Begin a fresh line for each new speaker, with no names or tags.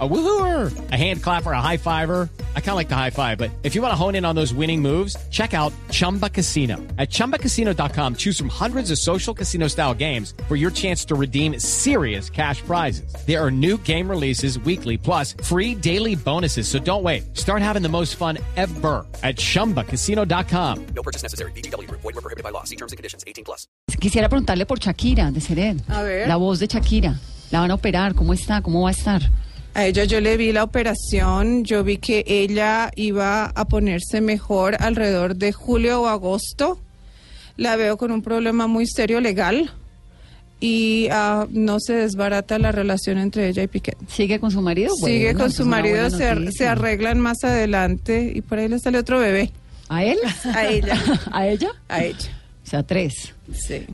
A woohooer, a hand clapper, a high fiver. I kind of like the high five, but if you want to hone in on those winning moves, check out Chumba Casino. At chumbacasino.com, choose from hundreds of social casino style games for your chance to redeem serious cash prizes. There are new game releases weekly, plus free daily bonuses. So don't wait. Start having the most fun ever at chumbacasino.com.
No purchase necessary. BGW. Void were prohibited by law. See terms and conditions. 18 plus.
Quisiera preguntarle por Shakira, de Seren.
A ver.
La voz de Shakira. ¿La van a operar? ¿Cómo está? ¿Cómo va a estar?
A ella yo le vi la operación, yo vi que ella iba a ponerse mejor alrededor de julio o agosto. La veo con un problema muy serio legal y ah, no se desbarata la relación entre ella y Piquet.
¿Sigue con su marido?
Sigue
Bueno,
con
eso
su
es una
marido,
buena
se, ar-
noticia.
se arreglan más adelante y por ahí le sale otro bebé.
¿A él?
A ella.
¿A ella?
A ella.
O sea, tres.
Sí.